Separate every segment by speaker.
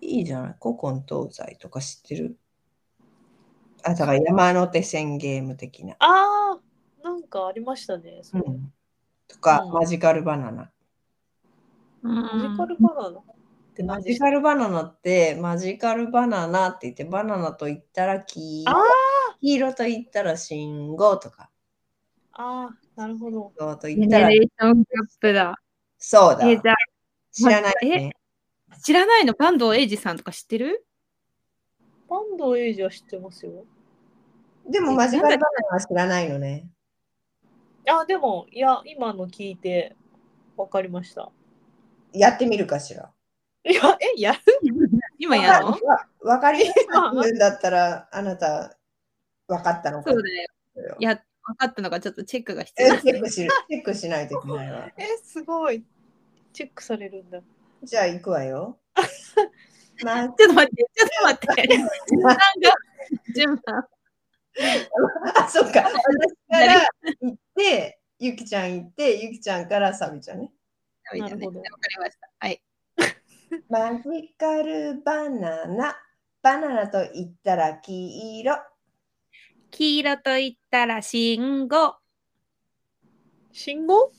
Speaker 1: いいじゃない。古今東西とか知ってるあ、だから山手線ゲーム的な。
Speaker 2: ああ、なんかありましたね。そうれ
Speaker 1: ん、とか、
Speaker 2: うん
Speaker 1: マジカルバナナ。
Speaker 2: マジカルバナナって
Speaker 1: マ
Speaker 2: 何で
Speaker 1: ジ
Speaker 2: した
Speaker 1: カルバナナって、マジカルバナナって言って、バナナと言ったら黄色
Speaker 2: あー
Speaker 1: 黄色と言ったら信号とか、
Speaker 2: ああ、なるほど。
Speaker 1: 信号と
Speaker 3: ジ
Speaker 1: 言
Speaker 3: ェ
Speaker 1: った
Speaker 3: ネ
Speaker 1: ら
Speaker 3: レーションギャップだ。
Speaker 1: そうだ
Speaker 3: え。ーじゃあ
Speaker 1: 知らないね。
Speaker 3: 知らないの坂東英二さんとか知っ てる
Speaker 2: バンドエイジは知ってますよ。
Speaker 1: でも
Speaker 3: え
Speaker 1: マジカルバナナは知らないのね。
Speaker 2: あ、でも、いや、今の聞いてわかりました。
Speaker 1: やってみるかしら。
Speaker 2: いや、え、やる
Speaker 3: 今やるの
Speaker 1: わわか りやすく
Speaker 2: あ
Speaker 1: 言うんだったら、あなた、分かったのか
Speaker 3: そうだよ。
Speaker 1: よ
Speaker 3: いや、分かったのがちょっとチェックが必
Speaker 1: え
Speaker 3: 要です
Speaker 1: チェ
Speaker 3: ね
Speaker 1: ッ。クし、チェックしないといけないわ。
Speaker 2: え、すごい。チェックされるんだ。
Speaker 1: じゃあ行くわよ。 まあ、
Speaker 3: ちょっと待って、ちょっと待って。順番が、順番。
Speaker 1: あ、そっか。私から行って、ゆきちゃん行って、ゆきちゃんからサビちゃんね。
Speaker 3: なるほど。わかりました。はい。
Speaker 1: マジカルバナナ。バナナと言ったら黄色。
Speaker 3: 黄色と言ったら信号。
Speaker 2: 信号
Speaker 1: もう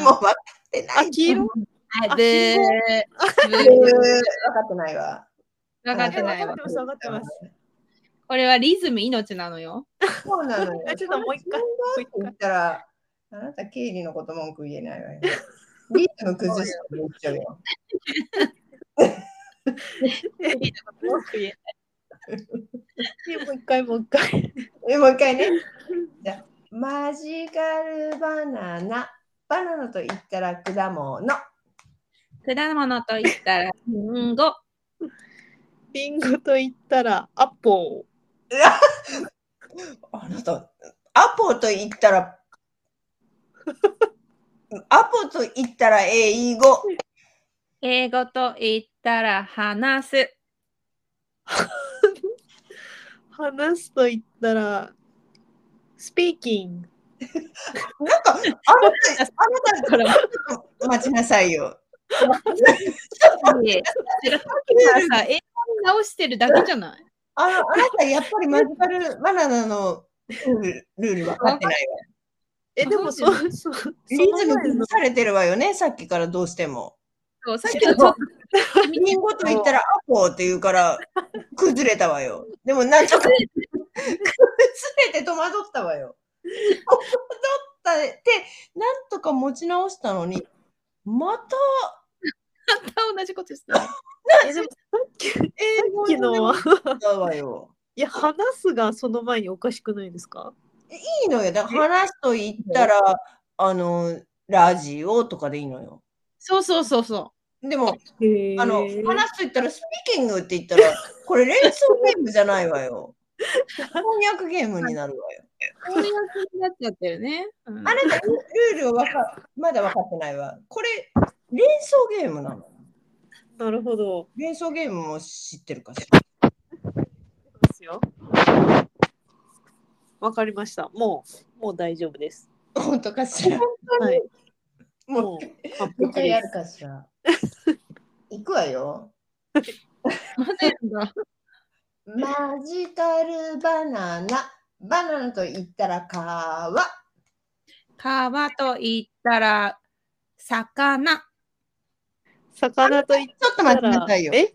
Speaker 1: 分かってな
Speaker 2: あ、
Speaker 1: い。
Speaker 2: 黄色
Speaker 3: あ、
Speaker 2: あ
Speaker 3: ブー
Speaker 2: 信号。
Speaker 3: ブ
Speaker 1: うー分
Speaker 3: ー。
Speaker 1: かってないわ。
Speaker 3: 分かってない
Speaker 2: え
Speaker 3: わ
Speaker 2: わ。かってますわかってます
Speaker 3: これはリズム命なのよ。
Speaker 1: そうなのよ。
Speaker 2: えちょっともう一回。もう一
Speaker 1: って言
Speaker 2: 回
Speaker 1: ったら、あなた経理のこと文句言えないわよ。リズム崩してる一緒よ。
Speaker 2: もう一回。えもう一回、もう一回。
Speaker 1: え、もう一回ね。じゃあマジカルバナナ。バナナと言ったら果物。
Speaker 3: 果物と言ったら信号。
Speaker 2: リンゴと言ったら、アポ
Speaker 1: あなた、アポと言ったら、 アポと言ったら英語。
Speaker 3: 英語と言ったら話す。
Speaker 2: ー。話すと言ったら、スピーキング。
Speaker 1: なんか、あなた、あなたから待ちなさいよ。
Speaker 3: いえだからさ英語に直してるだけじゃない
Speaker 1: あのあなた、やっぱりマジカルバナナのルールルール分かってないわ。
Speaker 2: え、でも
Speaker 3: そ
Speaker 2: そううそう。その
Speaker 1: リズム
Speaker 2: 前の
Speaker 1: 崩されてるわよね、さっきからどうしても。
Speaker 3: そうさっきのちょっと
Speaker 1: リンゴと言ったらアポって言うから崩れたわよ。でもなんとか崩れて戸惑ったわよ。戸惑ったって、なんとか持ち直したのに、また
Speaker 3: 同じことした。
Speaker 2: えでもさっきさ
Speaker 1: 英
Speaker 2: っ
Speaker 1: 語
Speaker 2: きのは、
Speaker 1: だわよ。
Speaker 2: いや、話すがその前におかしくないですか
Speaker 1: いいのよ。だから話すと言ったら、あの、ラジオとかでいいのよ。
Speaker 3: そうそうそうそ
Speaker 1: でも、
Speaker 2: へ
Speaker 1: あの、話すと言ったらスピーキングって言ったら、これ連想ゲームじゃないわよ。翻訳ゲームになるわよ。
Speaker 3: う。翻訳になっちゃってるね。うん
Speaker 1: あなた、ルルールをわかまだ分かってないわ。これ、連想ゲームなの
Speaker 2: なるほど。
Speaker 1: 連想ゲームも知ってるかし
Speaker 2: ですよ。わかりました。もう、もう大丈夫です。
Speaker 1: ら。本当かしら。
Speaker 2: はい。
Speaker 1: も
Speaker 2: も
Speaker 1: う、
Speaker 2: う、完
Speaker 1: 一
Speaker 2: 璧
Speaker 1: 回や
Speaker 2: で
Speaker 1: る
Speaker 2: す。
Speaker 1: かし ら。行くわよ。
Speaker 3: 混ぜるんだ
Speaker 1: マジカルバナナ。バナナと言ったら川。
Speaker 3: 川と言ったら魚。
Speaker 2: 魚と言っ
Speaker 1: ちょっと
Speaker 2: た
Speaker 1: 待ってくだ
Speaker 2: ら、
Speaker 1: さいよ。
Speaker 2: え